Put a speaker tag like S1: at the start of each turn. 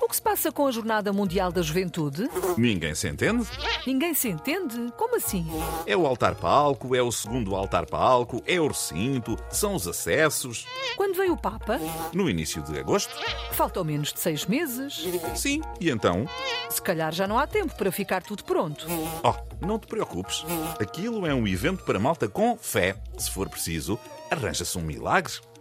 S1: O que se passa com a Jornada Mundial da Juventude?
S2: Ninguém se entende?
S1: Ninguém se entende? Como assim?
S2: É o altar-palco, é o segundo altar-palco, é o recinto, são os acessos.
S1: Quando veio o Papa?
S2: No início de agosto?
S1: Faltam menos de seis meses.
S2: Sim, e então?
S1: Se calhar já não há tempo para ficar tudo pronto.
S2: Oh, não te preocupes. Aquilo é um evento para malta com fé. Se for preciso, arranja-se um milagre.